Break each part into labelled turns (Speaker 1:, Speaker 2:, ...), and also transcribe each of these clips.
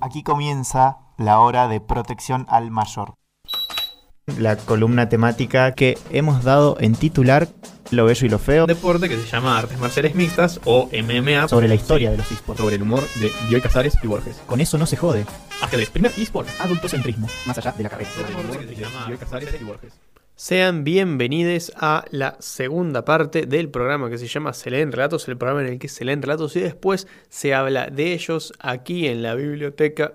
Speaker 1: Aquí comienza la hora de protección al mayor. La columna temática que hemos dado en titular Lo bello y lo feo
Speaker 2: Un deporte que se llama Artes Marciales Mixtas o MMA
Speaker 1: sobre la historia de los esports.
Speaker 2: sobre el humor de Joy Casares y Borges.
Speaker 1: Con eso no se jode.
Speaker 2: Ajedrez, primer eSport.
Speaker 1: Adultocentrismo, más allá de la carrera.
Speaker 2: Sobre el humor que se llama Joy Casares y Borges.
Speaker 3: Sean bienvenidos a la segunda parte del programa que se llama Se leen relatos, el programa en el que se leen relatos y después se habla de ellos aquí en la biblioteca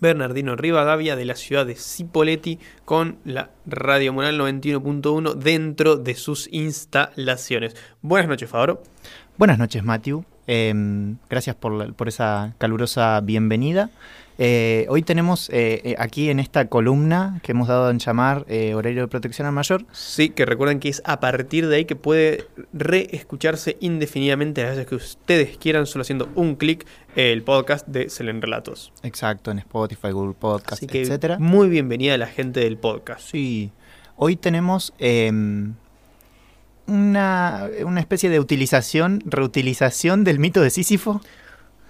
Speaker 3: Bernardino Rivadavia de la ciudad de Cipoletti con la Radio Moral 91.1 dentro de sus instalaciones. Buenas noches, Fabro.
Speaker 1: Buenas noches, Matthew. Eh, gracias por, la- por esa calurosa bienvenida. Eh, hoy tenemos eh, eh, aquí en esta columna que hemos dado en llamar eh, Horario de Protección al Mayor.
Speaker 3: Sí, que recuerden que es a partir de ahí que puede reescucharse indefinidamente las veces que ustedes quieran, solo haciendo un clic eh, el podcast de Se leen relatos.
Speaker 1: Exacto, en Spotify, Google Podcast,
Speaker 3: Así que
Speaker 1: etcétera.
Speaker 3: muy bienvenida a la gente del podcast.
Speaker 1: Sí. Hoy tenemos eh, una, una especie de utilización, reutilización del mito de Sísifo.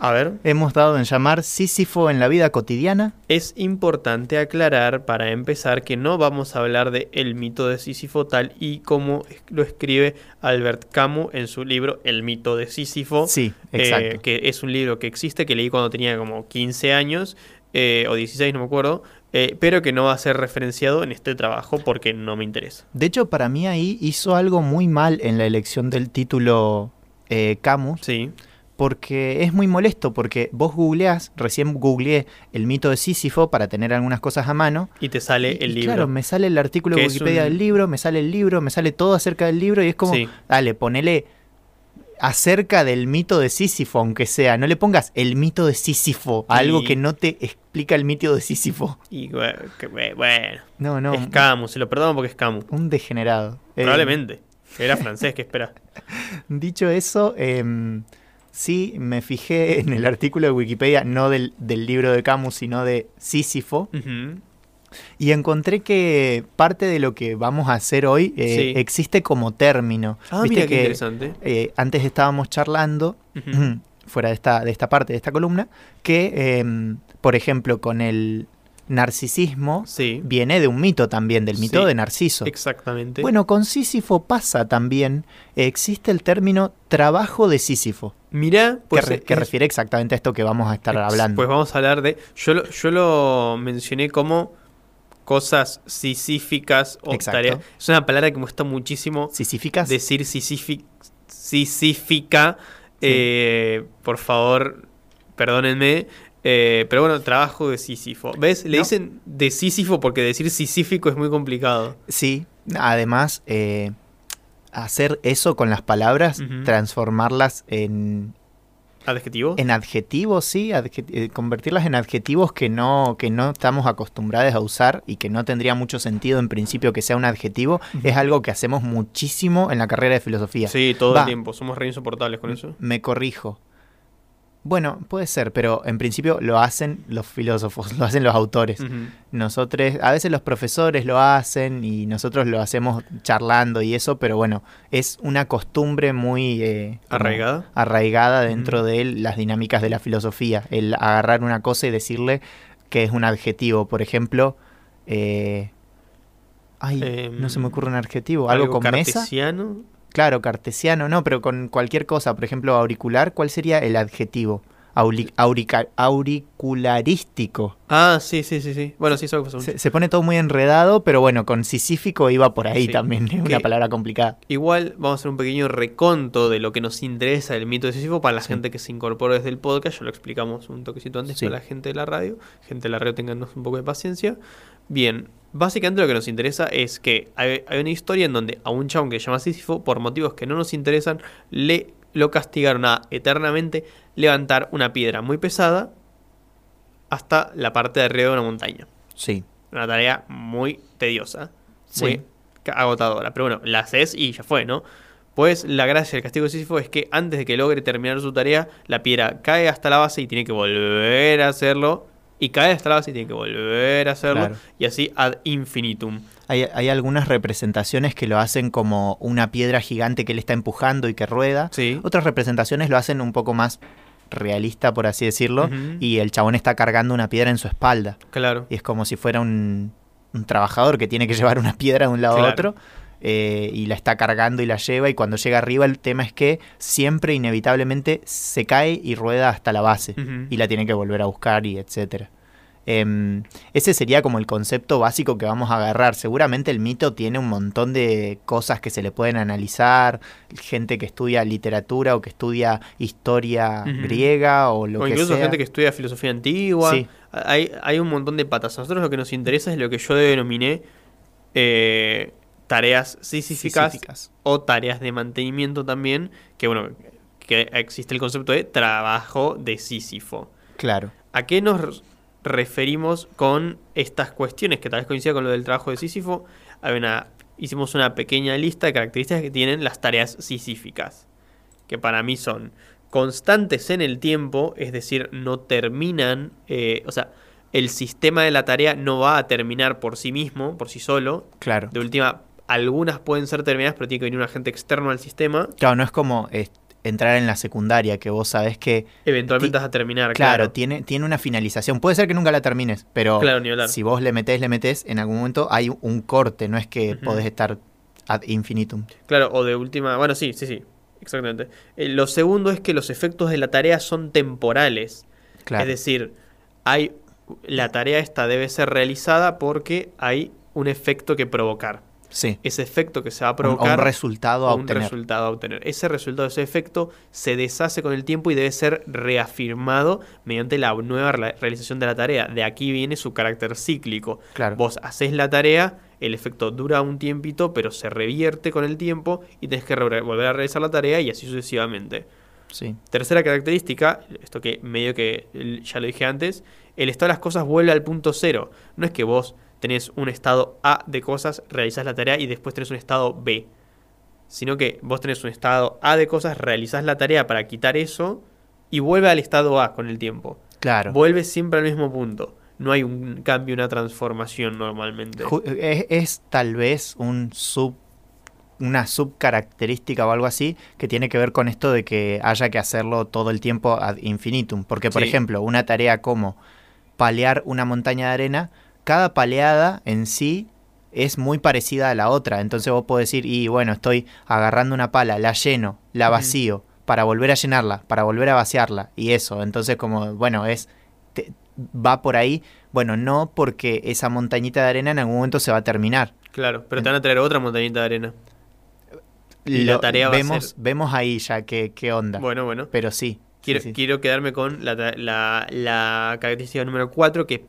Speaker 3: A ver,
Speaker 1: Hemos dado en llamar Sísifo en la vida cotidiana.
Speaker 3: es importante aclarar para empezar que no vamos a hablar de el mito de Sísifo tal y como es- lo escribe Albert Camus en su libro El mito de Sísifo,
Speaker 1: Sí,
Speaker 3: eh,
Speaker 1: exacto.
Speaker 3: que es un libro que existe, que leí cuando tenía como 15 años eh, o 16, no me acuerdo, eh, pero que no va a ser referenciado en este trabajo porque no me interesa.
Speaker 1: De hecho, para mí ahí hizo algo muy mal en la elección del título eh, Camus,
Speaker 3: Sí,
Speaker 1: porque es muy molesto, porque vos googleás, recién googleé el mito de Sísifo para tener algunas cosas a mano.
Speaker 3: y te sale
Speaker 1: y-
Speaker 3: el
Speaker 1: y
Speaker 3: libro.
Speaker 1: Claro, me sale el artículo de
Speaker 3: Que es
Speaker 1: Wikipedia
Speaker 3: un-
Speaker 1: del libro, me sale el libro, me sale todo acerca del libro y es como,
Speaker 3: Sí.
Speaker 1: dale, ponele acerca del mito de Sísifo, aunque sea, no le pongas el mito de Sísifo, a algo
Speaker 3: Y-
Speaker 1: que no te explica el mito de Sísifo.
Speaker 3: Y bueno, que- bueno,
Speaker 1: No, no,
Speaker 3: es Camus, se lo perdono porque es Camus.
Speaker 1: un degenerado. Eh,
Speaker 3: Probablemente. Era francés, ¿qué espera?
Speaker 1: Dicho eso, em, sí, me fijé en el artículo de Wikipedia, no del, del libro de Camus, sino de Sísifo, y encontré que parte de lo que vamos a hacer hoy eh,
Speaker 3: Sí.
Speaker 1: existe como término.
Speaker 3: Ah,
Speaker 1: Viste
Speaker 3: mira qué
Speaker 1: que,
Speaker 3: interesante.
Speaker 1: eh, antes estábamos charlando, fuera de esta, de esta parte, de esta columna, que, em, por ejemplo, con el narcisismo,
Speaker 3: Sí,
Speaker 1: viene de un mito también, del mito
Speaker 3: Sí.
Speaker 1: de Narciso.
Speaker 3: exactamente.
Speaker 1: Bueno, con Sísifo pasa también. Existe el término trabajo de Sísifo,
Speaker 3: mira, pues,
Speaker 1: que, re- que
Speaker 3: es-
Speaker 1: refiere exactamente a esto que vamos a estar
Speaker 3: ex-
Speaker 1: hablando.
Speaker 3: Pues vamos a hablar de. Yo lo, yo lo mencioné como cosas sisíficas o
Speaker 1: Exacto.
Speaker 3: tareas. Es una palabra que me gusta muchísimo
Speaker 1: ¿Sisificas?
Speaker 3: decir sisífi- sisífica. Eh, por favor, perdónenme. eh, pero bueno, trabajo de Sísifo. ¿Ves? Le
Speaker 1: No.
Speaker 3: dicen de Sísifo porque decir sisífico es muy complicado.
Speaker 1: Sí. Además, eh, hacer eso con las palabras,
Speaker 3: Ujú.
Speaker 1: transformarlas en,
Speaker 3: ¿Adjetivo?
Speaker 1: en adjetivos, sí, adje- eh, convertirlas en adjetivos que no, que no estamos acostumbrados a usar y que no tendría mucho sentido en principio que sea un adjetivo, es algo que hacemos muchísimo en la carrera de filosofía.
Speaker 3: Sí, todo
Speaker 1: Va.
Speaker 3: el tiempo. Somos re insoportables con eso.
Speaker 1: Me corrijo. Bueno, puede ser, pero en principio lo hacen los filósofos, lo hacen los autores.
Speaker 3: Ujú.
Speaker 1: Nosotros, a veces los profesores lo hacen y nosotros lo hacemos charlando y eso, pero bueno, es una costumbre muy eh, como
Speaker 3: ¿Arraigada?
Speaker 1: arraigada dentro
Speaker 3: Ujú.
Speaker 1: de las dinámicas de la filosofía. El agarrar una cosa y decirle que es un adjetivo. Por ejemplo, eh, ay,
Speaker 3: Em,
Speaker 1: no se me ocurre un adjetivo. Algo, con mesa.
Speaker 3: cartesiano?
Speaker 1: Claro, cartesiano, no, pero con cualquier cosa, por ejemplo, auricular, ¿cuál sería el adjetivo? Auli- aurica- auricularístico.
Speaker 3: Ah, sí, sí, sí, sí. Bueno, sí, eso pasó mucho.
Speaker 1: Se, se pone todo muy enredado, pero bueno, con sisífico iba por ahí
Speaker 3: Sí.
Speaker 1: también, es una
Speaker 3: Que-
Speaker 1: palabra complicada.
Speaker 3: Igual vamos a hacer un pequeño reconto de lo que nos interesa del mito de Sísifo para la
Speaker 1: Sí.
Speaker 3: gente que se incorporó desde el podcast. Ya lo explicamos un toquecito antes
Speaker 1: Sí.
Speaker 3: para la gente de la radio. Gente de la radio, tengannos un poco de paciencia. Bien, básicamente lo que nos interesa es que hay, hay una historia en donde a un chabón que se llama Sísifo, por motivos que no nos interesan, le lo castigaron a eternamente levantar una piedra muy pesada hasta la parte de arriba de una montaña.
Speaker 1: Sí.
Speaker 3: Una tarea muy tediosa,
Speaker 1: Sí.
Speaker 3: muy ca- agotadora. Pero bueno, la haces y ya fue, ¿no? Pues la gracia del castigo de Sísifo es que antes de que logre terminar su tarea, la piedra cae hasta la base y tiene que volver a hacerlo. Y cae hasta la base y tiene que volver a hacerlo.
Speaker 1: Claro.
Speaker 3: Y así ad infinitum.
Speaker 1: Hay, hay algunas representaciones que lo hacen como una piedra gigante que le está empujando y que rueda.
Speaker 3: Sí.
Speaker 1: Otras representaciones lo hacen un poco más realista, por así decirlo,
Speaker 3: Ujú.
Speaker 1: y el chabón está cargando una piedra en su espalda.
Speaker 3: Claro.
Speaker 1: Y es como si fuera un, un trabajador que tiene que llevar una piedra de un lado
Speaker 3: Claro.
Speaker 1: a otro. eh, y la está cargando y la lleva y cuando llega arriba el tema es que siempre inevitablemente se cae y rueda hasta la base
Speaker 3: Ujú.
Speaker 1: y la tiene que volver a buscar y etcétera. Em, ese sería como el concepto básico que vamos a agarrar. Seguramente el mito tiene un montón de cosas que se le pueden analizar, gente que estudia literatura o que estudia historia
Speaker 3: Ujú.
Speaker 1: griega o lo
Speaker 3: o
Speaker 1: que
Speaker 3: incluso
Speaker 1: sea.
Speaker 3: gente que estudia filosofía antigua.
Speaker 1: Sí.
Speaker 3: Hay, hay un montón de patas. A nosotros lo que nos interesa es lo que yo denominé eh, tareas sísificas
Speaker 1: Sísíficas.
Speaker 3: o tareas de mantenimiento también. Que bueno, que existe el concepto de trabajo de Sísifo.
Speaker 1: Claro.
Speaker 3: ¿A qué nos referimos con estas cuestiones? Que tal vez coincida con lo del trabajo de Sísifo. Hay una, hicimos una pequeña lista de características que tienen las tareas sísíficas. Que para mí son constantes en el tiempo, es decir, no terminan. eh, o sea, el sistema de la tarea no va a terminar por sí mismo, por sí solo.
Speaker 1: Claro.
Speaker 3: De última, algunas pueden ser terminadas, pero tiene que venir un agente externo al sistema.
Speaker 1: Claro, no es como eh, entrar en la secundaria, que vos sabés que,
Speaker 3: Eventualmente
Speaker 1: Ti-
Speaker 3: vas a terminar.
Speaker 1: claro,
Speaker 3: Ah, Claro,
Speaker 1: tiene, tiene una finalización. Puede ser que nunca la termines, pero
Speaker 3: Claro, ni hablar.
Speaker 1: si vos le metés, le metés, en algún momento hay un corte, no es que
Speaker 3: Ujú.
Speaker 1: podés estar ad infinitum.
Speaker 3: Claro, o de última. Bueno, sí, sí, sí. Exactamente. Eh, lo segundo es que los efectos de la tarea son temporales.
Speaker 1: Claro.
Speaker 3: Es decir, hay. La tarea esta debe ser realizada porque hay un efecto que provocar.
Speaker 1: sí.
Speaker 3: Ese efecto que se va a
Speaker 1: Un- o
Speaker 3: provocar.
Speaker 1: un resultado a
Speaker 3: un
Speaker 1: obtener.
Speaker 3: resultado a obtener. Ese resultado, ese efecto, se deshace con el tiempo y debe ser reafirmado mediante la nueva re- realización de la tarea. De aquí viene su carácter cíclico.
Speaker 1: Claro.
Speaker 3: Vos haces la tarea, el efecto dura un tiempito, pero se revierte con el tiempo y tenés que re- volver a realizar la tarea y así sucesivamente.
Speaker 1: Sí.
Speaker 3: Tercera característica, esto que medio que l- ya lo dije antes, el estado de las cosas vuelve al punto cero. No es que vos tenés un estado A de cosas, realizás la tarea y después tenés un estado B. Sino que vos tenés un estado A de cosas, realizás la tarea para quitar eso y vuelve al estado A con el tiempo.
Speaker 1: Claro.
Speaker 3: Vuelve siempre al mismo punto. No hay un cambio, una transformación normalmente.
Speaker 1: Ju- Es, es tal vez un sub una subcaracterística o algo así que tiene que ver con esto de que haya que hacerlo todo el tiempo ad infinitum. Porque, por
Speaker 3: Sí.
Speaker 1: ejemplo, una tarea como palear una montaña de arena, cada paleada en sí es muy parecida a la otra. Entonces vos podés decir, y bueno, estoy agarrando una pala, la lleno, la
Speaker 3: Ujú.
Speaker 1: vacío, para volver a llenarla, para volver a vaciarla, y eso. Entonces, como, bueno, es. te- va por ahí. Bueno, no porque esa montañita de arena en algún momento se va a terminar.
Speaker 3: Claro, pero te van a traer otra montañita de arena. Y la tarea va a
Speaker 1: vemos,
Speaker 3: ser-
Speaker 1: vemos ahí ya qué, qué onda.
Speaker 3: Bueno, bueno.
Speaker 1: Pero sí.
Speaker 3: Quiero,
Speaker 1: sí, sí.
Speaker 3: quiero quedarme con la, ta- la- la característica número 4, que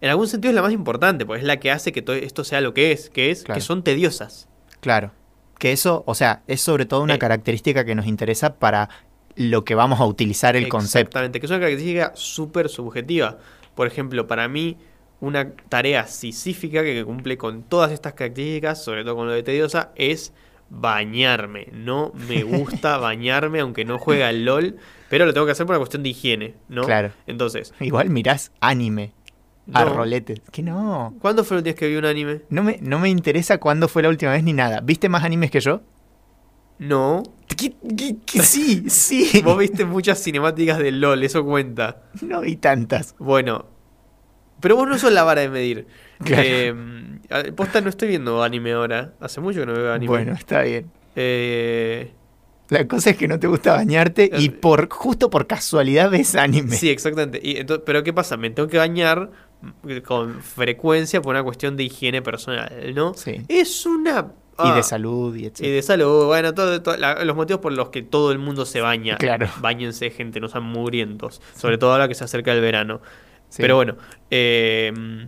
Speaker 3: en algún sentido es la más importante, porque es la que hace que todo esto sea lo que es, que es
Speaker 1: Claro.
Speaker 3: que son tediosas.
Speaker 1: Claro. Que eso, o sea, es sobre todo una
Speaker 3: Eh.
Speaker 1: característica que nos interesa para lo que vamos a utilizar el concepto.
Speaker 3: Exactamente, que es una característica súper subjetiva. Por ejemplo, para mí, una tarea sisífica que cumple con todas estas características, sobre todo con lo de tediosa, es bañarme. No me gusta bañarme, aunque no juega al LOL, pero lo tengo que hacer por una cuestión de higiene, ¿no?
Speaker 1: Claro.
Speaker 3: Entonces,
Speaker 1: Igual mirás anime a
Speaker 3: no.
Speaker 1: roletes. Que no.
Speaker 3: ¿cuándo fue los días que vi un anime?
Speaker 1: No me, no me interesa cuándo fue la última vez ni nada. ¿Viste más animes que yo?
Speaker 3: No.
Speaker 1: ¿Qué- qué- qué- Sí, sí.
Speaker 3: Vos viste muchas cinemáticas de LOL, eso cuenta.
Speaker 1: No vi tantas.
Speaker 3: Bueno. Pero vos no sos la vara de medir.
Speaker 1: Claro.
Speaker 3: Eh, a- posta, no estoy viendo anime ahora. Hace mucho que no veo anime.
Speaker 1: Bueno, está bien.
Speaker 3: Eh,
Speaker 1: La cosa es que no te gusta bañarte y por justo por casualidad ves anime.
Speaker 3: sí, exactamente. Y ento- pero ¿qué pasa? Me tengo que bañar mm, con frecuencia por una cuestión de higiene personal, ¿no?
Speaker 1: Sí.
Speaker 3: Es una...
Speaker 1: Y
Speaker 3: ah,
Speaker 1: de salud y etc.
Speaker 3: Y de salud, Oh, bueno, todo, todo- la- los motivos por los que todo el mundo se baña.
Speaker 1: Claro.
Speaker 3: Báñense, gente, no sean mugrientos. Sobre todo ahora que se acerca el verano.
Speaker 1: Sí.
Speaker 3: Pero bueno, eh,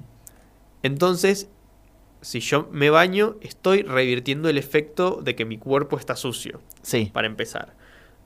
Speaker 3: entonces, si yo me baño, estoy revirtiendo el efecto de que mi cuerpo está sucio,
Speaker 1: Sí,
Speaker 3: para empezar.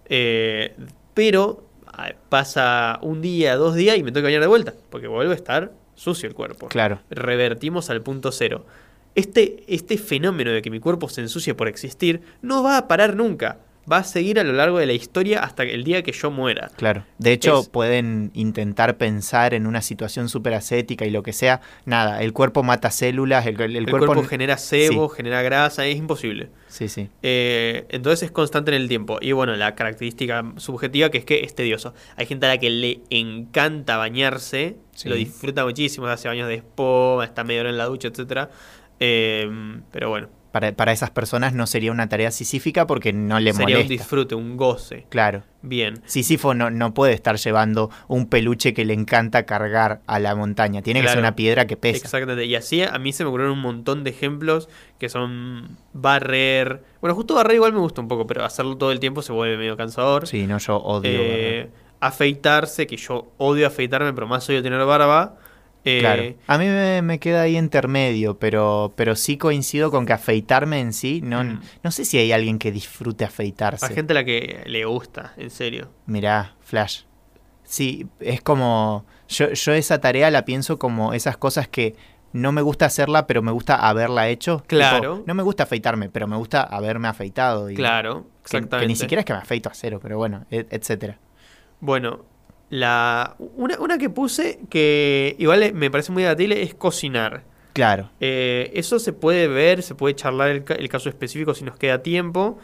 Speaker 3: Eh, pero ah, pasa un día, dos días y me tengo que bañar de vuelta, porque vuelve a estar sucio el cuerpo.
Speaker 1: claro.
Speaker 3: Revertimos al punto cero. Este, este fenómeno de que mi cuerpo se ensucie por existir no va a parar nunca. va a seguir a lo largo de la historia hasta el día que yo muera.
Speaker 1: Claro. De hecho,
Speaker 3: Es-
Speaker 1: pueden intentar pensar en una situación súper ascética y lo que sea. Nada, el cuerpo mata células, el, el
Speaker 3: El,
Speaker 1: cuerpo...
Speaker 3: cuerpo, genera sebo, genera grasa, es imposible.
Speaker 1: Sí, sí.
Speaker 3: Eh, entonces es constante en el tiempo. Y bueno, la característica subjetiva que es que es tedioso. Hay gente a la que le encanta bañarse,
Speaker 1: Sí.
Speaker 3: lo disfruta muchísimo, hace baños de espuma, está medio hora en la ducha, etcétera. Eh, pero bueno,
Speaker 1: Para, para esas personas no sería una tarea sisífica porque no le
Speaker 3: sería un
Speaker 1: molesta.
Speaker 3: disfrute, un goce.
Speaker 1: Claro.
Speaker 3: Bien.
Speaker 1: Sísifo no, no puede estar llevando un peluche que le encanta cargar a la montaña. Tiene que ser
Speaker 3: Claro.
Speaker 1: una piedra que pesa.
Speaker 3: Exactamente. Y así a mí se me ocurrieron un montón de ejemplos que son barrer. Bueno, justo barrer igual me gusta un poco, pero hacerlo todo el tiempo se vuelve medio cansador.
Speaker 1: Sí, no, yo odio.
Speaker 3: Eh, afeitarse, que yo odio afeitarme, pero más odio tener barba. Eh,
Speaker 1: Claro. A mí me, me queda ahí intermedio, pero, pero sí coincido con que afeitarme en sí, no,
Speaker 3: Mm.
Speaker 1: no sé si hay alguien que disfrute afeitarse.
Speaker 3: Hay gente a la que le gusta, en serio.
Speaker 1: Mirá, Flash. Sí, es como. Yo, yo esa tarea la pienso como esas cosas que no me gusta hacerla, pero me gusta haberla hecho. Tipo,
Speaker 3: Claro.
Speaker 1: no me gusta afeitarme, pero me gusta haberme afeitado. Y
Speaker 3: Claro,
Speaker 1: que- que
Speaker 3: exactamente.
Speaker 1: ni siquiera es que me afeito a cero, pero bueno, et- etcétera.
Speaker 3: Bueno, la, una, una que puse que igual me parece muy debatible es cocinar.
Speaker 1: Claro.
Speaker 3: Eh, eso se puede ver, se puede charlar el, ca- el caso específico si nos queda tiempo.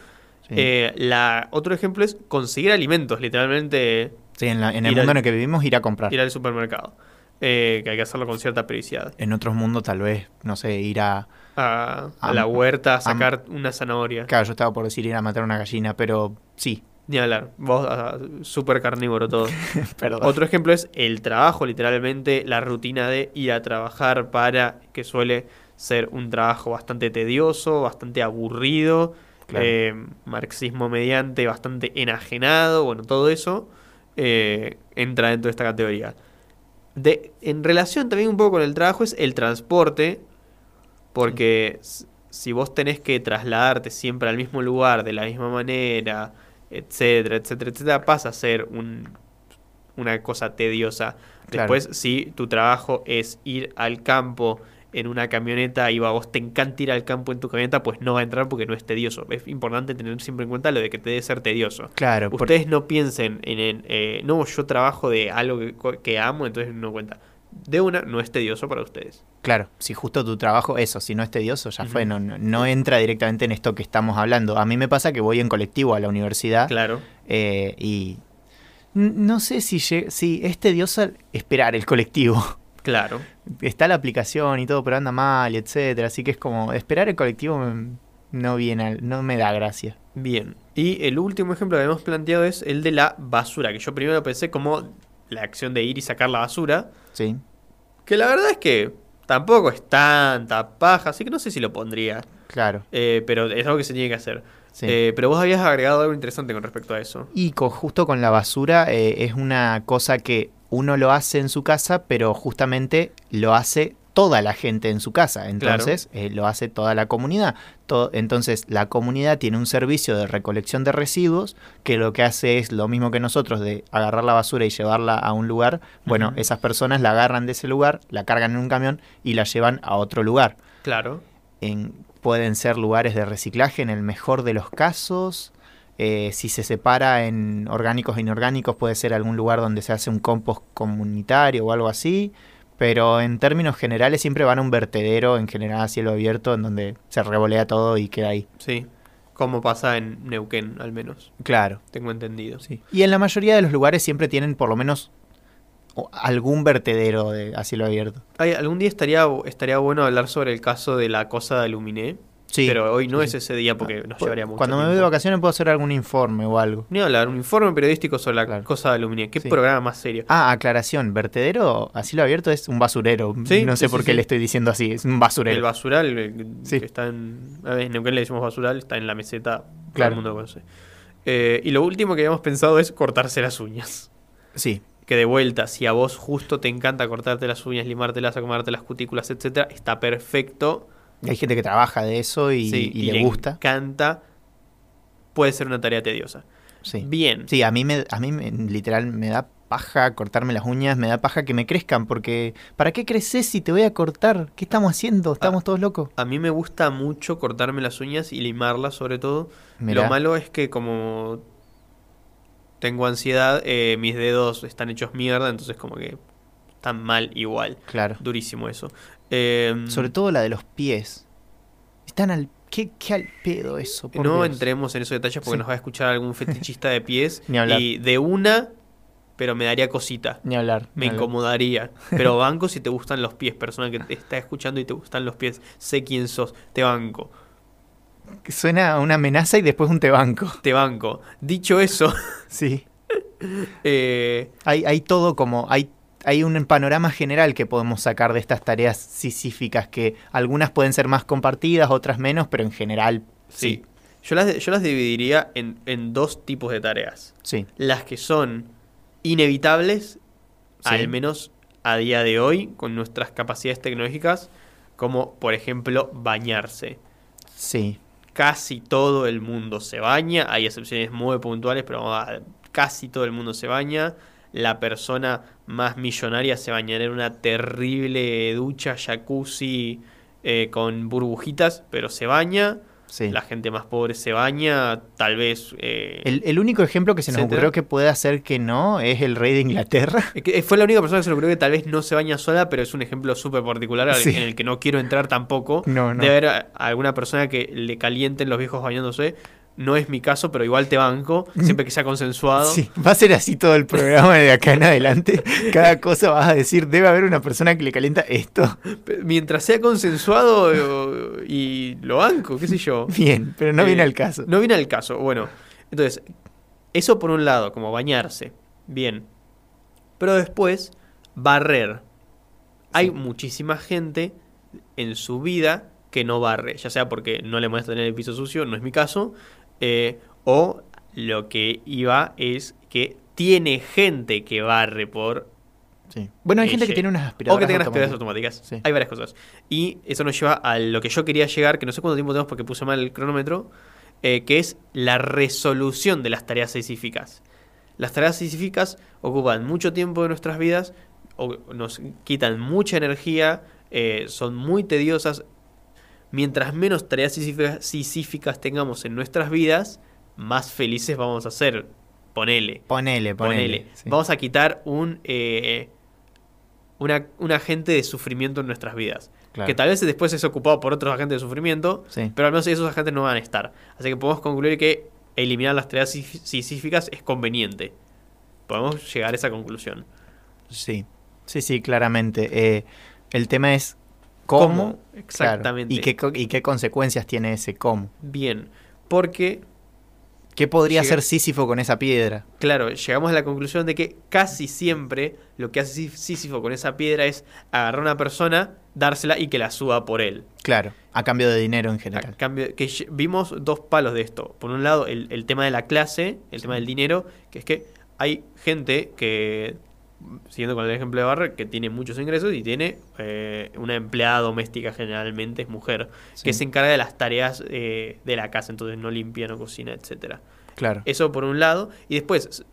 Speaker 1: Sí,
Speaker 3: Eh, la, otro ejemplo es conseguir alimentos, literalmente
Speaker 1: Sí, en, la- en el
Speaker 3: ir al-
Speaker 1: mundo en el que vivimos, ir a comprar.
Speaker 3: ir al supermercado. Eh, que hay que hacerlo con cierta periodicidad.
Speaker 1: En otros mundos, tal vez, no sé, ir a.
Speaker 3: a, a
Speaker 1: Am-
Speaker 3: la huerta a sacar una zanahoria.
Speaker 1: Claro, yo estaba por decir ir a matar una gallina, pero sí,
Speaker 3: Ni hablar. Vos, ah, super carnívoro todo.
Speaker 1: perdón.
Speaker 3: Otro ejemplo es el trabajo, literalmente la rutina de ir a trabajar para que suele ser un trabajo bastante tedioso, bastante aburrido,
Speaker 1: Claro.
Speaker 3: eh, marxismo mediante, bastante enajenado, bueno, todo eso eh, entra dentro de esta categoría. De, en relación también un poco con el trabajo es el transporte, porque s- si vos tenés que trasladarte siempre al mismo lugar de la misma manera, etcétera, etcétera, etcétera, pasa a ser un- una cosa tediosa.
Speaker 1: Claro.
Speaker 3: Después, si tu trabajo es ir al campo en una camioneta y a vos te encanta ir al campo en tu camioneta, pues no va a entrar porque no es tedioso. Es importante tener siempre en cuenta lo de que te debe ser tedioso.
Speaker 1: Claro, por-
Speaker 3: Ustedes no piensen en, en, eh, no, yo trabajo de algo que, co- que amo, entonces no cuenta. De una, no es tedioso para ustedes.
Speaker 1: claro, si justo tu trabajo, eso, si no es tedioso, ya
Speaker 3: Ujú.
Speaker 1: fue, no, no- no entra directamente en esto que estamos hablando. A mí me pasa que voy en colectivo a la universidad
Speaker 3: Claro.
Speaker 1: eh, y n- no sé si, lle- si es tedioso esperar el colectivo.
Speaker 3: Claro.
Speaker 1: Está la aplicación y todo, pero anda mal, etcétera. Así que es como, esperar el colectivo mm, no viene, al- no me da gracia.
Speaker 3: Bien. Y el último ejemplo que habíamos planteado es el de la basura, que yo primero pensé como la acción de ir y sacar la basura,
Speaker 1: Sí.
Speaker 3: que la verdad es que tampoco es tanta paja, así que no sé si lo pondría,
Speaker 1: Claro,
Speaker 3: eh, pero es algo que se tiene que hacer.
Speaker 1: sí.
Speaker 3: Eh, pero vos habías agregado algo interesante con respecto a eso.
Speaker 1: Y co- justo con la basura eh, es una cosa que uno lo hace en su casa, pero justamente lo hace toda la gente en su casa. Entonces eh, lo hace toda la comunidad. To- Entonces la comunidad tiene un servicio de recolección de residuos que lo que hace es lo mismo que nosotros de agarrar la basura y llevarla a un lugar. Bueno,
Speaker 3: Ujú.
Speaker 1: esas personas la agarran de ese lugar, la cargan en un camión y la llevan a otro lugar.
Speaker 3: Claro.
Speaker 1: en- pueden ser lugares de reciclaje en el mejor de los casos. Eh, si se separa en orgánicos e inorgánicos, puede ser algún lugar donde se hace un compost comunitario o algo así. Pero en términos generales siempre van a un vertedero en general a cielo abierto en donde se revolea todo y queda ahí.
Speaker 3: Sí. Como pasa en Neuquén, al menos.
Speaker 1: Claro.
Speaker 3: Tengo entendido.
Speaker 1: Y en la mayoría de los lugares siempre tienen por lo menos o- algún vertedero de, a cielo abierto.
Speaker 3: Ay, algún día estaría, estaría bueno hablar sobre el caso de la cosa de Luminé.
Speaker 1: Sí.
Speaker 3: Pero hoy no
Speaker 1: Sí,
Speaker 3: es
Speaker 1: sí.
Speaker 3: ese día porque nos
Speaker 1: Cu-
Speaker 3: llevaría mucho
Speaker 1: Cuando me voy
Speaker 3: tiempo.
Speaker 1: de vacaciones puedo hacer algún informe o algo.
Speaker 3: Ni hablar, un informe periodístico sobre la
Speaker 1: Claro.
Speaker 3: cosa de Luminé. Qué
Speaker 1: Sí.
Speaker 3: programa más serio.
Speaker 1: Ah, aclaración, vertedero, así lo abierto es un basurero.
Speaker 3: Sí,
Speaker 1: no sé
Speaker 3: sí,
Speaker 1: por
Speaker 3: sí,
Speaker 1: qué
Speaker 3: sí.
Speaker 1: le estoy diciendo así, es un basurero.
Speaker 3: El basural, eh,
Speaker 1: Sí.
Speaker 3: que está en. A ver, en Neuquén le decimos basural, está en la meseta. Todo
Speaker 1: Claro.
Speaker 3: el mundo lo conoce. Eh, y lo último que habíamos pensado es cortarse las uñas.
Speaker 1: Sí,
Speaker 3: Que de vuelta, si a vos justo te encanta cortarte las uñas, limártelas, acomodarte las cutículas, etcétera, está perfecto.
Speaker 1: hay gente que trabaja de eso y,
Speaker 3: Sí,
Speaker 1: y le gusta.
Speaker 3: encanta. Puede ser una tarea tediosa.
Speaker 1: Sí.
Speaker 3: Bien.
Speaker 1: Sí, a mí, me, a mí me- literal me da paja cortarme las uñas, me da paja que me crezcan, porque ¿para qué creces si te voy a cortar? ¿Qué estamos haciendo?
Speaker 3: Ah,
Speaker 1: Estamos todos locos.
Speaker 3: A mí me gusta mucho cortarme las uñas y limarlas sobre todo.
Speaker 1: Mirá.
Speaker 3: Lo malo es que como tengo ansiedad, eh, mis dedos están hechos mierda, entonces como que están mal igual.
Speaker 1: Claro.
Speaker 3: Durísimo eso. Eh,
Speaker 1: Sobre todo la de los pies. Están al... ¿Qué, qué al pedo eso? por
Speaker 3: no
Speaker 1: Dios.
Speaker 3: entremos en esos detalles porque
Speaker 1: Sí.
Speaker 3: nos va a escuchar algún fetichista de pies
Speaker 1: Ni hablar.
Speaker 3: y de una, pero me daría cosita.
Speaker 1: Ni hablar.
Speaker 3: Me
Speaker 1: ni hablar.
Speaker 3: incomodaría. Pero banco si te gustan los pies. Persona que te está escuchando y te gustan los pies. Sé quién sos. Te banco.
Speaker 1: Suena a una amenaza y después un te banco.
Speaker 3: Te banco. Dicho eso,
Speaker 1: Sí.
Speaker 3: eh,
Speaker 1: Hay, hay todo como. Hay, hay un panorama general que podemos sacar de estas tareas sisíficas que algunas pueden ser más compartidas, otras menos, pero en general.
Speaker 3: sí. Yo las, yo las dividiría en, en dos tipos de tareas.
Speaker 1: Sí.
Speaker 3: Las que son inevitables,
Speaker 1: Sí.
Speaker 3: al menos a día de hoy, con nuestras capacidades tecnológicas, como por ejemplo bañarse.
Speaker 1: Sí.
Speaker 3: casi todo el mundo se baña. Hay excepciones muy puntuales, pero vamos a- casi todo el mundo se baña. La persona más millonaria se bañará en una terrible ducha, jacuzzi, eh, con burbujitas, pero se baña.
Speaker 1: Sí.
Speaker 3: La gente más pobre se baña, tal vez... eh,
Speaker 1: El, el único ejemplo que se nos
Speaker 3: Etcétera.
Speaker 1: ocurrió que puede hacer que no es el rey de Inglaterra.
Speaker 3: es que eh, Fue la única persona que se lo creo que tal vez no se baña sola, pero es un ejemplo súper particular al-
Speaker 1: Sí.
Speaker 3: en el que no quiero entrar tampoco.
Speaker 1: No, no.
Speaker 3: de haber a- alguna persona que le calienten los viejos bañándose. No es mi caso, pero igual te banco, siempre que sea consensuado.
Speaker 1: Sí. Va a ser así todo el programa de acá en adelante. Cada cosa vas a decir, debe haber una persona que le calienta esto.
Speaker 3: Pe- Mientras sea consensuado eh, y lo banco, qué sé yo.
Speaker 1: Bien, pero no
Speaker 3: Eh,
Speaker 1: viene al caso.
Speaker 3: No viene al caso. Bueno, entonces, eso por un lado, como bañarse. Bien. Pero después, barrer. Hay muchísima gente en su vida que no barre, ya sea porque no le molesta tener el piso sucio, no es mi caso, eh, o lo que iba es que tiene gente que barre por
Speaker 1: Sí. Bueno, hay gente
Speaker 3: Ella.
Speaker 1: que tiene unas aspiradoras.
Speaker 3: eh, o que tengan aspiradoras
Speaker 1: automáticas.
Speaker 3: automáticas.
Speaker 1: Sí.
Speaker 3: Hay varias cosas. Y eso nos lleva a lo que yo quería llegar, que no sé cuánto tiempo tenemos porque puse mal el cronómetro, eh, que es la resolución de las tareas específicas. Las tareas específicas ocupan mucho tiempo de nuestras vidas, o nos quitan mucha energía, eh, son muy tediosas. Mientras menos tareas sisíficas- sisíficas tengamos en nuestras vidas, más felices vamos a ser. Ponele.
Speaker 1: Ponele, ponele.
Speaker 3: Ponele.
Speaker 1: sí.
Speaker 3: Vamos a quitar un, eh, una, un agente de sufrimiento en nuestras vidas.
Speaker 1: Claro.
Speaker 3: Que tal vez después es ocupado por otros agentes de sufrimiento,
Speaker 1: Sí.
Speaker 3: pero al menos esos agentes no van a estar. Así que podemos concluir que eliminar las tareas sif- sisíficas es conveniente. Podemos llegar a esa conclusión.
Speaker 1: Sí, sí, sí, claramente. Eh, el tema es
Speaker 3: ¿Cómo?
Speaker 1: cómo, claro,
Speaker 3: Exactamente.
Speaker 1: y, qué, co- y qué consecuencias tiene ese cómo.
Speaker 3: Bien. Porque,
Speaker 1: ¿Qué podría
Speaker 3: Llega-
Speaker 1: hacer Sísifo con esa piedra?
Speaker 3: claro, llegamos a la conclusión de que casi siempre lo que hace Sif- Sísifo con esa piedra es agarrar a una persona, dársela y que la suba por él.
Speaker 1: Claro, a cambio de dinero en
Speaker 3: A
Speaker 1: general.
Speaker 3: cambio- que lle- vimos dos palos de esto. Por un lado, el, el tema de la clase, el tema del dinero, que es que hay gente que, siguiendo con el ejemplo de Barra, que tiene muchos ingresos y tiene eh, una empleada doméstica, generalmente es mujer, que
Speaker 1: Sí.
Speaker 3: se encarga de las tareas eh, de la casa, entonces no limpia, no cocina, etcétera.
Speaker 1: Claro,
Speaker 3: Eso por un lado. Y después, s-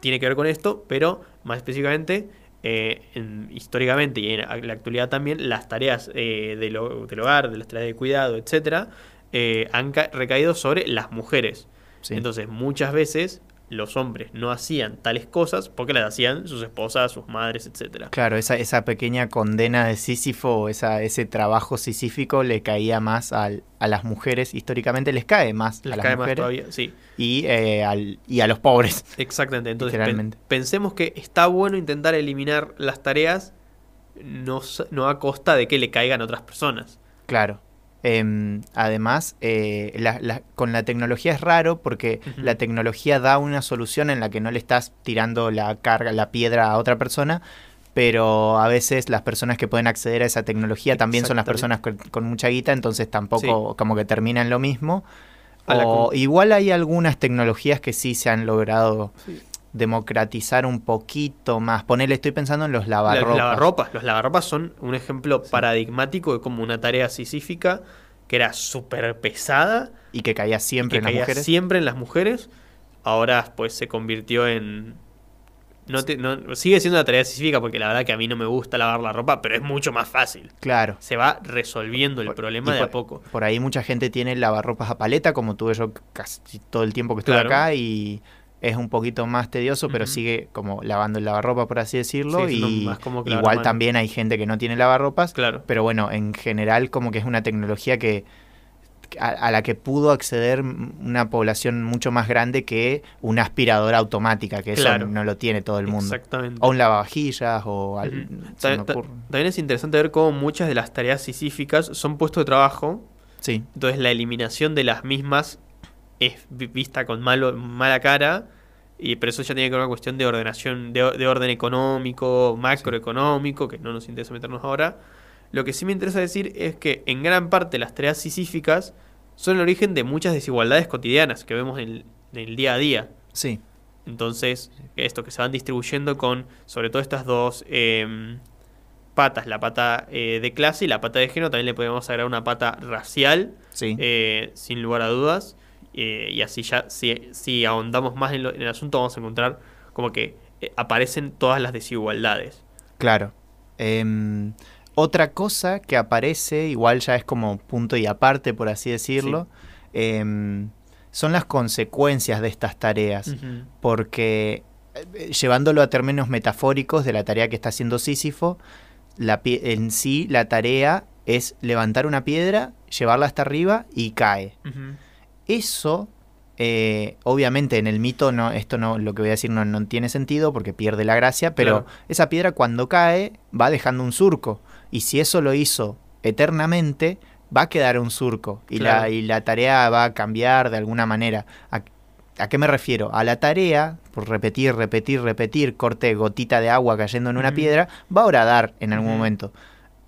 Speaker 3: tiene que ver con esto, pero más específicamente, eh, en- históricamente y en a- la actualidad también, las tareas eh, del, ho- del hogar, de las tareas de cuidado, etcétera, eh, han ca- recaído sobre las mujeres.
Speaker 1: sí.
Speaker 3: Entonces, muchas veces los hombres no hacían tales cosas porque las hacían sus esposas, sus madres, etcétera.
Speaker 1: claro esa, esa pequeña condena de Sísifo, esa, ese trabajo sisífico le caía más al- a las mujeres, históricamente les cae más a
Speaker 3: Les
Speaker 1: las
Speaker 3: cae más
Speaker 1: mujeres
Speaker 3: todavía, sí.
Speaker 1: Y, eh, al- y a los pobres.
Speaker 3: Exactamente, entonces pen-
Speaker 1: Literalmente.
Speaker 3: pensemos que está bueno intentar eliminar las tareas no, s- no a costa de que le caigan a otras personas.
Speaker 1: Claro. Em, además, eh, la- la- con la tecnología es raro porque
Speaker 3: Ujú.
Speaker 1: la tecnología da una solución en la que no le estás tirando la carga, la piedra a otra persona, pero a veces las personas que pueden acceder a esa tecnología también son las personas
Speaker 3: Exactamente.
Speaker 1: con, con mucha guita, entonces tampoco como que terminan lo mismo.
Speaker 3: A la
Speaker 1: O
Speaker 3: con-
Speaker 1: igual hay algunas tecnologías que sí se han logrado
Speaker 3: Sí.
Speaker 1: democratizar un poquito más. Ponele, estoy pensando en los
Speaker 3: La-
Speaker 1: lavarropas.
Speaker 3: Los lavarropas. Los lavarropas son un ejemplo paradigmático de como una tarea sisífica que era súper pesada,
Speaker 1: Y que caía
Speaker 3: y
Speaker 1: siempre
Speaker 3: que
Speaker 1: en las
Speaker 3: caía
Speaker 1: mujeres.
Speaker 3: siempre en las mujeres. Ahora pues se convirtió en No te- no- sigue siendo una tarea específica porque la verdad que a mí no me gusta lavar la ropa, pero es mucho más fácil.
Speaker 1: Claro.
Speaker 3: Se va resolviendo el
Speaker 1: Por-
Speaker 3: problema
Speaker 1: y
Speaker 3: de
Speaker 1: por-
Speaker 3: a poco.
Speaker 1: Por ahí mucha gente tiene lavarropas a paleta, como tuve yo casi todo el tiempo que estuve
Speaker 3: Claro.
Speaker 1: acá, y es un poquito más tedioso, pero
Speaker 3: Ujú.
Speaker 1: sigue como lavando el lavarropa, por así decirlo.
Speaker 3: Sigue siendo
Speaker 1: y
Speaker 3: más cómodo que lavar a
Speaker 1: igual
Speaker 3: mano.
Speaker 1: también hay gente que no tiene lavarropas,
Speaker 3: Claro.
Speaker 1: pero bueno, en general como que es una tecnología que a, a la que pudo acceder una población mucho más grande que una aspiradora automática, que
Speaker 3: Claro.
Speaker 1: eso no lo tiene todo el mundo.
Speaker 3: Exactamente.
Speaker 1: O un lavavajillas, o al-
Speaker 3: Ujú.
Speaker 1: se me
Speaker 3: Ta- ta-
Speaker 1: ocurre.
Speaker 3: También es interesante ver cómo muchas de las tareas sisíficas son puestos de trabajo,
Speaker 1: Sí,
Speaker 3: entonces la eliminación de las mismas es vi- vista con malo, mala cara, y pero eso ya tiene que ver con una cuestión de ordenación, de, o- de orden económico, macroeconómico, que no nos interesa meternos ahora. Lo que sí me interesa decir es que en gran parte las tareas sisíficas son el origen de muchas desigualdades cotidianas que vemos en el- en el día a día.
Speaker 1: sí.
Speaker 3: Entonces, esto que se van distribuyendo con, sobre todo estas dos eh, patas, la pata eh, de clase y la pata de género, también le podemos agregar una pata racial,
Speaker 1: Sí.
Speaker 3: eh, sin lugar a dudas, eh, y así ya, si, si ahondamos más en, lo- en el asunto, vamos a encontrar como que eh, aparecen todas las desigualdades.
Speaker 1: Claro. Em, otra cosa que aparece, igual ya es como punto y aparte, por así decirlo, em, son las consecuencias de estas tareas.
Speaker 3: Mm.
Speaker 1: Porque eh, llevándolo a términos metafóricos de la tarea que está haciendo Sísifo, la pie- en sí la tarea es levantar una piedra, llevarla hasta arriba y cae.
Speaker 3: Ujú.
Speaker 1: Eso, eh, obviamente en el mito, no, esto no, lo que voy a decir no, no tiene sentido porque pierde la gracia, pero
Speaker 3: Claro.
Speaker 1: esa piedra cuando cae va dejando un surco. Y si eso lo hizo eternamente, va a quedar un surco. Y, la,
Speaker 3: Claro.
Speaker 1: y la tarea va a cambiar de alguna manera. ¿A, a qué me refiero? A la tarea, por repetir, repetir, repetir, corte gotita de agua cayendo en una
Speaker 3: Ujú.
Speaker 1: piedra, va a horadar en algún
Speaker 3: Ujú.
Speaker 1: momento.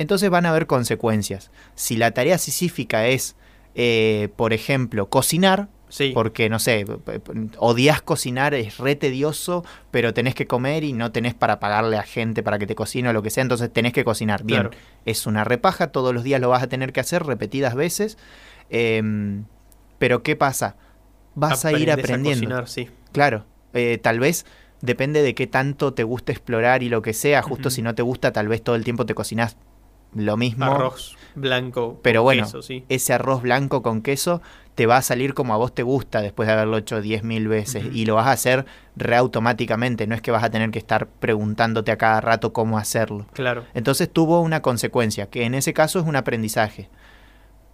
Speaker 1: Entonces van a haber consecuencias. Si la tarea sisífica es eh, por ejemplo, cocinar,
Speaker 3: Sí,
Speaker 1: porque no sé, p- p- odias cocinar, es re tedioso, pero tenés que comer y no tenés para pagarle a gente para que te cocine o lo que sea, entonces tenés que cocinar. Bien,
Speaker 3: claro.
Speaker 1: es una repaja, todos los días lo vas a tener que hacer repetidas veces, em, pero ¿qué pasa? Vas a ir
Speaker 3: Aprendes
Speaker 1: aprendiendo.
Speaker 3: cocinar, sí.
Speaker 1: Claro, eh, tal vez depende de qué tanto te gusta explorar y lo que sea, justo
Speaker 3: Ujú.
Speaker 1: si no te gusta, tal vez todo el tiempo te cocinas lo mismo
Speaker 3: Arroz blanco,
Speaker 1: Pero
Speaker 3: con
Speaker 1: bueno,
Speaker 3: queso, sí.
Speaker 1: ese arroz blanco con queso te va a salir como a vos te gusta después de haberlo hecho 10.000 veces
Speaker 3: Ujú.
Speaker 1: y lo vas a hacer reautomáticamente, no es que vas a tener que estar preguntándote a cada rato cómo hacerlo.
Speaker 3: Claro.
Speaker 1: Entonces tuvo una consecuencia, que en ese caso es un aprendizaje.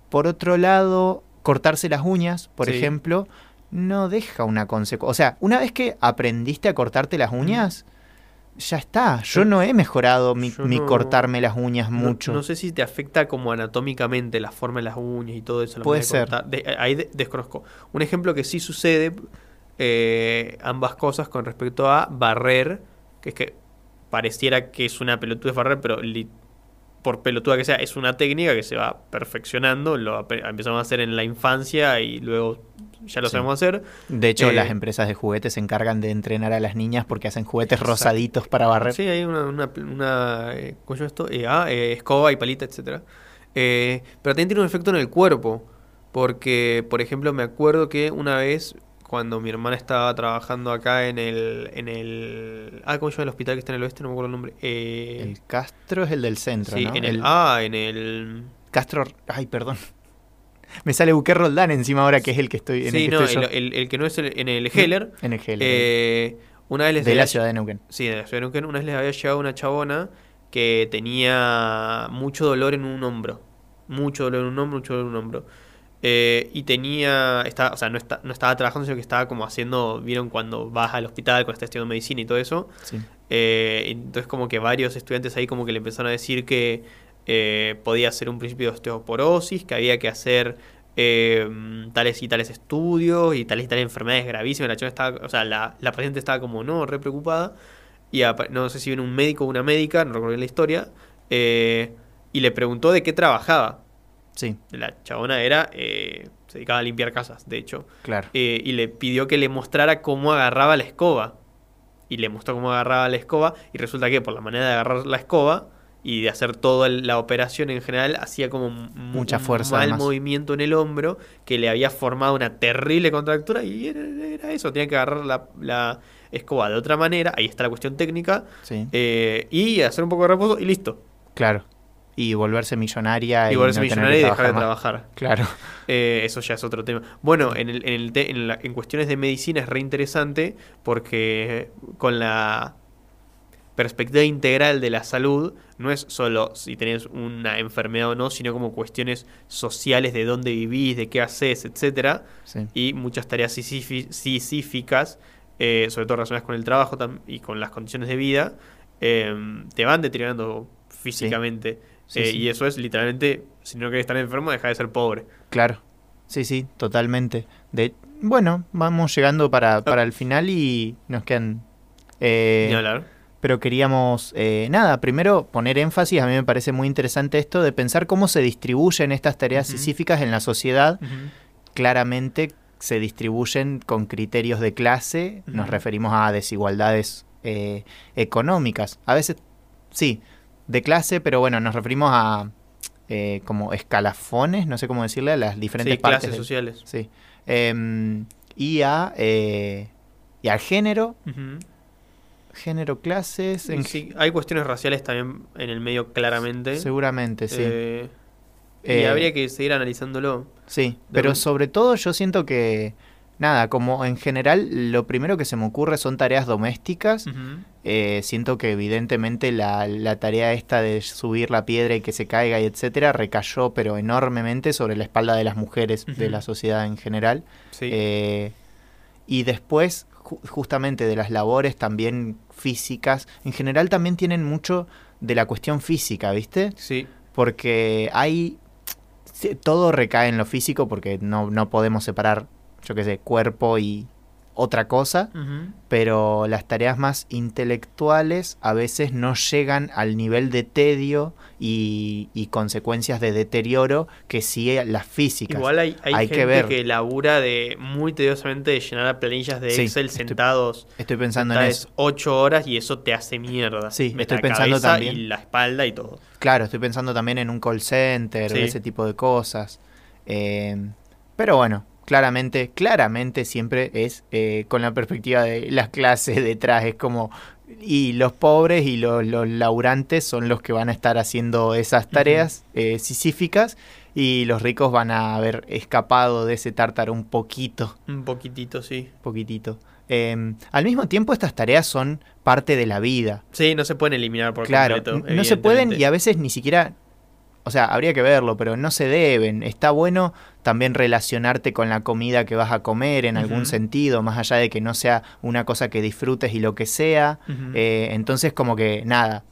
Speaker 1: Por otro lado, cortarse las uñas, por
Speaker 3: Sí.
Speaker 1: ejemplo, no deja una consecuencia. O sea, una vez que aprendiste a cortarte las uñas, ya está. Yo
Speaker 3: Yo-
Speaker 1: no he mejorado mi,
Speaker 3: yo
Speaker 1: mi
Speaker 3: no-
Speaker 1: cortarme las uñas
Speaker 3: No-
Speaker 1: mucho.
Speaker 3: No, sé si te afecta como anatómicamente la forma de las uñas y todo eso. la
Speaker 1: Puede
Speaker 3: manera de
Speaker 1: ser.
Speaker 3: cortar. De- ahí de- desconozco. Un ejemplo que sí sucede, eh, ambas cosas con respecto a barrer, que es que pareciera que es una pelotuda barrer, pero li- por pelotuda que sea, es una técnica que se va perfeccionando, lo ap- empezamos a hacer en la infancia y luego ya lo
Speaker 1: Sí.
Speaker 3: sabemos hacer.
Speaker 1: De hecho,
Speaker 3: Eh,
Speaker 1: las empresas de juguetes se encargan de entrenar a las niñas porque hacen juguetes
Speaker 3: Exacto.
Speaker 1: rosaditos para barrer.
Speaker 3: Sí, hay una, una, una, eh, ¿cómo se llama esto? Eh, ah, eh, escoba y palita, etcétera. Eh, pero también tiene un efecto en el cuerpo, porque, por ejemplo, me acuerdo que una vez, cuando mi hermana estaba trabajando acá en el, en el, ah, ¿cómo se llama el hospital que está en el oeste? No me acuerdo el nombre. Eh,
Speaker 1: El Castro es el del centro,
Speaker 3: sí,
Speaker 1: ¿no?
Speaker 3: en el, ah, en el,
Speaker 1: Castro. Ay, perdón. Me sale Buque Roldán encima ahora que es el que estoy en el
Speaker 3: sí,
Speaker 1: que
Speaker 3: no,
Speaker 1: estoy yo.
Speaker 3: el, el- el que no es el, en el Eh, Heller.
Speaker 1: en el GL.
Speaker 3: eh, una vez les
Speaker 1: de la
Speaker 3: había-
Speaker 1: ciudad de Neuquén.
Speaker 3: Sí, de la ciudad de Neuquén, una vez les había llegado una chabona que tenía mucho dolor en un hombro. Mucho dolor en un hombro, mucho dolor en un hombro. Eh, y tenía, estaba, o sea, no, está- no estaba trabajando, sino que estaba como haciendo, vieron cuando vas al hospital, cuando estás estudiando medicina y todo eso.
Speaker 1: Sí.
Speaker 3: Eh, entonces como que varios estudiantes ahí como que le empezaron a decir que eh, podía ser un principio de osteoporosis, que había que hacer eh, tales y tales estudios y tales y tales enfermedades gravísimas. La, chava estaba, o sea, la, la paciente estaba como no, re preocupada. Y apa- no sé si vino un médico o una médica, no recuerdo bien la historia, eh, y le preguntó de qué trabajaba.
Speaker 1: Sí,
Speaker 3: La chabona era, eh, se dedicaba a limpiar casas, de hecho
Speaker 1: claro.
Speaker 3: eh, y le pidió que le mostrara cómo agarraba la escoba. Y le mostró cómo agarraba la escoba y resulta que por la manera de agarrar la escoba y de hacer toda la operación en general hacía como un-
Speaker 1: Mucha
Speaker 3: un
Speaker 1: fuerza,
Speaker 3: mal
Speaker 1: además.
Speaker 3: movimiento en el hombro que le había formado una terrible contractura y era, era eso, tenía que agarrar la, la- escoba de otra manera, ahí está la cuestión técnica,
Speaker 1: Sí.
Speaker 3: eh, y hacer un poco de reposo y listo.
Speaker 1: Claro. Y volverse millonaria
Speaker 3: Y volverse
Speaker 1: no tener que
Speaker 3: millonario y dejar de
Speaker 1: jamás.
Speaker 3: trabajar.
Speaker 1: Claro.
Speaker 3: Eh, eso ya es otro tema. Bueno, en, el, en, el te- en la- en cuestiones de medicina es reinteresante porque con la perspectiva integral de la salud no es solo si tenés una enfermedad o no, sino como cuestiones sociales de dónde vivís, de qué haces, etcétera
Speaker 1: Sí.
Speaker 3: y muchas tareas sisifi- sisíficas, eh, sobre todo relacionadas con el trabajo tam- y con las condiciones de vida, eh, te van deteriorando físicamente.
Speaker 1: Sí,
Speaker 3: Eh,
Speaker 1: sí.
Speaker 3: Y eso es literalmente, si no querés estar enfermo, deja de ser pobre.
Speaker 1: Claro, sí, sí, totalmente. De, bueno, vamos llegando para, para el final y nos quedan... eh,
Speaker 3: Ni hablar.
Speaker 1: pero queríamos, eh, nada, primero poner énfasis, a mí me parece muy interesante esto de pensar cómo se distribuyen estas tareas
Speaker 3: Ujú.
Speaker 1: sisíficas en la sociedad. Claramente se distribuyen con criterios de clase, nos
Speaker 3: Ujú.
Speaker 1: referimos a desigualdades eh, económicas. A veces, sí, de clase, pero bueno, nos referimos a... eh, como escalafones, no sé cómo decirle, a las diferentes
Speaker 3: Sí,
Speaker 1: partes
Speaker 3: clases
Speaker 1: del-
Speaker 3: sociales.
Speaker 1: Sí. Em, y a eh, y al género,
Speaker 3: Ujú.
Speaker 1: género clases, en
Speaker 3: Sí, hay cuestiones raciales también en el medio claramente.
Speaker 1: ge- seguramente sí.
Speaker 3: Eh, y
Speaker 1: Eh,
Speaker 3: habría que seguir analizándolo.
Speaker 1: Sí,
Speaker 3: de
Speaker 1: pero
Speaker 3: algún-
Speaker 1: sobre todo yo siento que nada, como en general lo primero que se me ocurre son tareas domésticas.
Speaker 3: Ujú.
Speaker 1: eh, siento que evidentemente la, la tarea esta de subir la piedra y que se caiga y etcétera recayó pero enormemente sobre la espalda de las mujeres de
Speaker 3: Ujú.
Speaker 1: la sociedad en general.
Speaker 3: Sí.
Speaker 1: Eh, y después, ju- justamente de las labores también físicas, en general también tienen mucho de la cuestión física, ¿viste?
Speaker 3: sí.
Speaker 1: Porque hay... sí, Todo recae en lo físico porque no, no podemos separar, yo qué sé, cuerpo y otra cosa,
Speaker 3: Ujú.
Speaker 1: pero las tareas más intelectuales a veces no llegan al nivel de tedio y, y consecuencias de deterioro que sí las físicas.
Speaker 3: Igual hay, hay
Speaker 1: Hay que
Speaker 3: gente que,
Speaker 1: ver.
Speaker 3: labura de muy tediosamente de llenar planillas de
Speaker 1: Sí,
Speaker 3: Excel
Speaker 1: estoy
Speaker 3: sentados
Speaker 1: Estoy pensando en eso.
Speaker 3: sentadas 8 horas y eso te hace mierda.
Speaker 1: Sí,
Speaker 3: Me-
Speaker 1: estoy
Speaker 3: la
Speaker 1: pensando
Speaker 3: cabeza
Speaker 1: también.
Speaker 3: Y la espalda y todo.
Speaker 1: Claro, estoy pensando también en un call center,
Speaker 3: Sí.
Speaker 1: ese tipo de cosas. Eh, pero bueno, claramente, claramente siempre es eh, con la perspectiva de las clases detrás. Es como, y los pobres y los, los laburantes son los que van a estar haciendo esas tareas eh, sisíficas y los ricos van a haber escapado de ese tártaro un poquito
Speaker 3: Un poquitito, sí.
Speaker 1: poquitito. Eh, al mismo tiempo, estas tareas son parte de la vida.
Speaker 3: Sí, no se pueden eliminar por
Speaker 1: Claro,
Speaker 3: completo,
Speaker 1: n- no se pueden y a
Speaker 3: evidentemente.
Speaker 1: veces ni siquiera, o sea, habría que verlo, pero no se deben. Está bueno también relacionarte con la comida que vas a comer en algún
Speaker 3: Ujú.
Speaker 1: sentido, más allá de que no sea una cosa que disfrutes y lo que sea.
Speaker 3: Ujú.
Speaker 1: Eh, entonces, como que nada.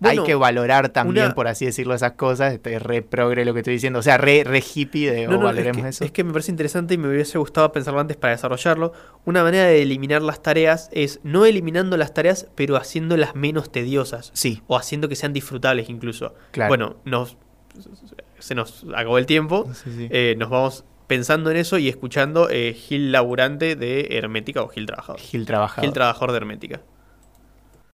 Speaker 3: Bueno,
Speaker 1: Hay que valorar también,
Speaker 3: una-
Speaker 1: por así decirlo, esas cosas. Este, re progre lo que estoy diciendo. O sea, re, re hippie de
Speaker 3: No,
Speaker 1: o
Speaker 3: no,
Speaker 1: valoremos
Speaker 3: es que,
Speaker 1: eso.
Speaker 3: es que me parece interesante y me hubiese gustado pensarlo antes para desarrollarlo. Una manera de eliminar las tareas es no eliminando las tareas, pero haciéndolas menos tediosas
Speaker 1: Sí,
Speaker 3: o haciendo que sean disfrutables incluso.
Speaker 1: claro.
Speaker 3: Bueno, nos, se nos acabó el tiempo.
Speaker 1: Sí, sí.
Speaker 3: Eh, nos vamos pensando en eso y escuchando eh, Gil Laburante de Hermética o Gil Trabajador.
Speaker 1: Gil trabajador.
Speaker 3: Gil Trabajador de Hermética.